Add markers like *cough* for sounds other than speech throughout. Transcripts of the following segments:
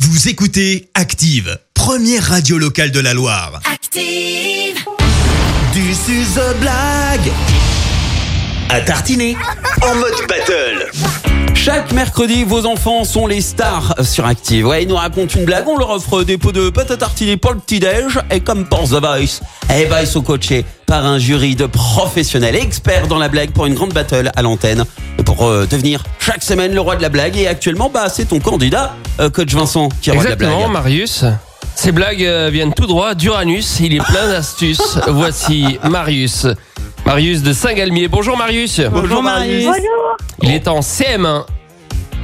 Vous écoutez Active, première radio locale de la Loire. Active. Du suze blague à tartiner en mode battle. Chaque mercredi, vos enfants sont les stars sur Active. Ouais, ils nous racontent une blague, on leur offre des pots de pâte à tartiner pour le petit-déj. Et comme pense The Voice, eh ben, ils sont coachés par un jury de professionnels experts dans la blague pour une grande battle à l'antenne. Et Pour euh, devenir chaque semaine le roi de la blague. Et actuellement, bah, c'est ton candidat, euh, coach Vincent, qui est roi de la Exactement, blague. Marius. Ces blagues euh, viennent tout droit d'Uranus. Il est *laughs* plein d'astuces. Voici Marius. Marius de Saint-Galmier. Bonjour Marius. Bonjour Marius. Il est en CM1.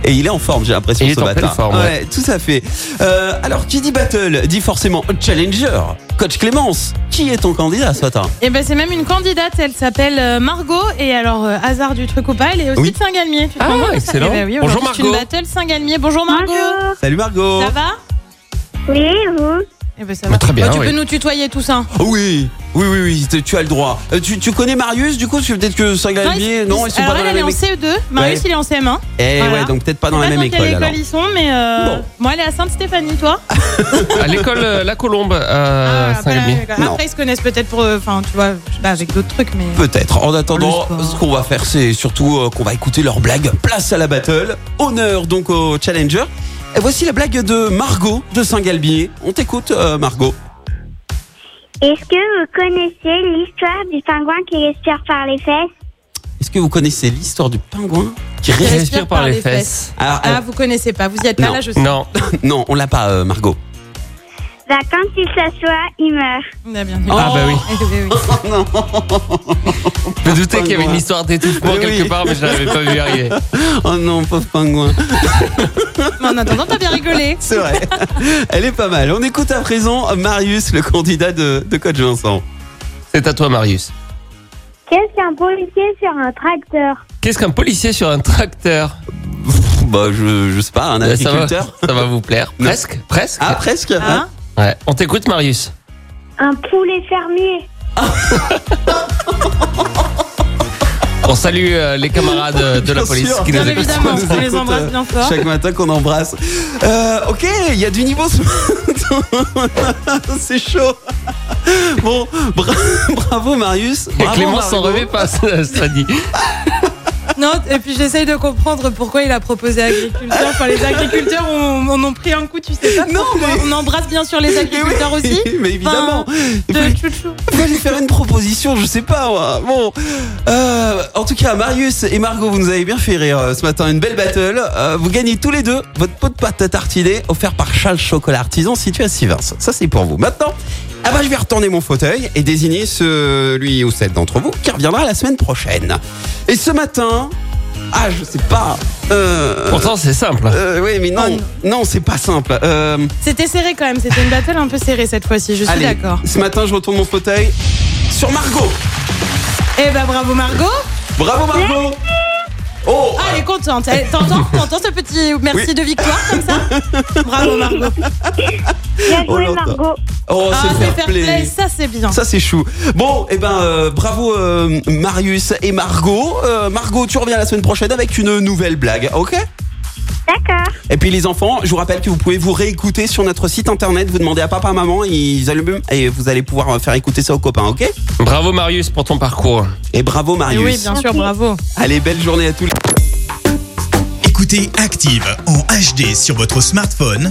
Et il est en forme, j'ai l'impression, Il est ce en matin. pleine forme, Ouais, ouais. tout à fait. Euh, alors, qui dit battle dit forcément challenger. Coach Clémence, qui est ton candidat ce matin Et ben c'est même une candidate, elle s'appelle euh, Margot et alors euh, hasard du truc ou pas, elle est aussi Oui. de Saint-Galmier. Tu te Ah, rends compte excellent. Eh ben oui, Bonjour, aujourd'hui, c'est une Margot. battle Saint-Galmier. Bonjour Margot. Salut Margot. Ça va Oui, vous Eh ben ça Bah, va. très bien, Bah, tu oui. peux nous tutoyer tout ça. Oui, oui, oui, oui, tu- tu as le droit. Euh, tu, tu connais Marius, du coup, parce que peut-être que Saint-Galmier, non, ils sont alors pas dans elle, la elle est même en école. CE2, Marius Ouais. il est en CM1. Eh Voilà. ouais, donc peut-être pas dans la Je sais même pas dans école quelle alors. école ils sont, mais euh, Bon. moi elle est à Sainte-Stéphanie, toi. À l'école euh, La Colombe Ah, à voilà, Euh, Saint-Galmier. d'accord. Non. Après ils se connaissent peut-être pour, euh, enfin tu vois, je sais pas, avec d'autres trucs, mais. euh, Peut-être. En attendant, Le sport. ce qu'on va faire, c'est surtout euh, qu'on va écouter leurs blagues. Place à la battle. Honneur donc au challenger. Et voici la blague de Margot de Saint-Galmier. On t'écoute, euh, Margot. Est-ce que vous connaissez l'histoire du pingouin qui respire par les fesses Est-ce que vous connaissez l'histoire du pingouin qui Qui *laughs* reste respire par les fesses. Alors, Ah, vous connaissez pas, vous y êtes pas Non. là, je sais. euh, Non, euh, non, on l'a pas, euh, Margot. Bah, quand il s'assoit, il meurt. On a bien dit. Ah, bah oui. Eh ben oui. non. je me doutais qu'il y avait une histoire d'étouffement Oui. quelque part, mais je l'avais pas vu arriver. Oh non, pauvre pingouin. Mais en attendant, t'as bien rigolé. C'est *laughs* vrai. Elle est pas mal. On écoute à présent Marius, le candidat de, de Coach Vincent. C'est à toi, Marius. Qu'est-ce qu'un policier sur un tracteur Qu'est-ce qu'un policier sur un tracteur Bah, je, je sais pas, un Euh, ça, va, agriculteur. ça va vous plaire. Non. Presque, presque. Ah, presque. Hein Ouais. On t'écoute, Marius. Un poulet fermier. On salue euh, les camarades euh, de la Bien police sûr. qui nous Bien écoutent. évidemment, nous on les écoute, embrasse euh, bien fort. Chaque matin qu'on embrasse. Euh, ok, il y a du niveau ce matin. *laughs* C'est chaud. Bon, bra- bravo Marius. *laughs* Et Bravo, Clémence s'en Margot. remet pas, cela dit. Non, et puis j'essaye de comprendre pourquoi il a proposé agriculteur. Enfin, les agriculteurs on, on ont pris un coup, tu sais pas. Non, pourquoi. On embrasse bien sûr les agriculteurs Mais oui, aussi. Mais évidemment. Il De fallait- chouchou. il fallait faire une proposition, je sais pas moi. Bon, euh, en tout cas, Marius et Margot, vous nous avez bien fait rire euh, ce matin. Une belle battle. Euh, vous gagnez tous les deux votre pot de pâte à tartiner offert par Charles Chocolat Artisan situé à Sivins. Ça, c'est pour vous. Maintenant, ah bah, je vais retourner mon fauteuil et désigner celui ou celle d'entre vous qui reviendra la semaine prochaine. Et ce matin, ah, je sais pas. Euh, Pourtant, c'est simple. euh, oui, mais non, non, c'est pas simple. Euh, C'était serré quand même, c'était une battle un peu serrée cette fois-ci, je suis allez, d'accord. ce matin, je retourne mon fauteuil sur Margot. Eh ben bravo Margot. Bravo Margot Oh Ah, elle est contente. Elle- T'entends T'entends ce petit merci Oui. de victoire comme ça Bravo Margot. Bien Oh, joué, l'entend. Margot. Oh, Ah, c'est c'est fair play. ça c'est bien. Ça c'est chou. Bon, et eh ben euh, bravo euh, Marius et Margot. Euh, Margot, tu reviens la semaine prochaine avec une nouvelle blague, ok D'accord. Et puis les enfants, je vous rappelle que vous pouvez vous réécouter sur notre site internet. Vous demandez à papa, maman, ils allument et vous allez pouvoir euh, faire écouter ça aux copains, ok Bravo, Marius, pour ton parcours. Et bravo Et Marius. Eh oui, bien sûr, bravo. Allez, belle journée à tous. Écoutez Active en HD sur votre smartphone,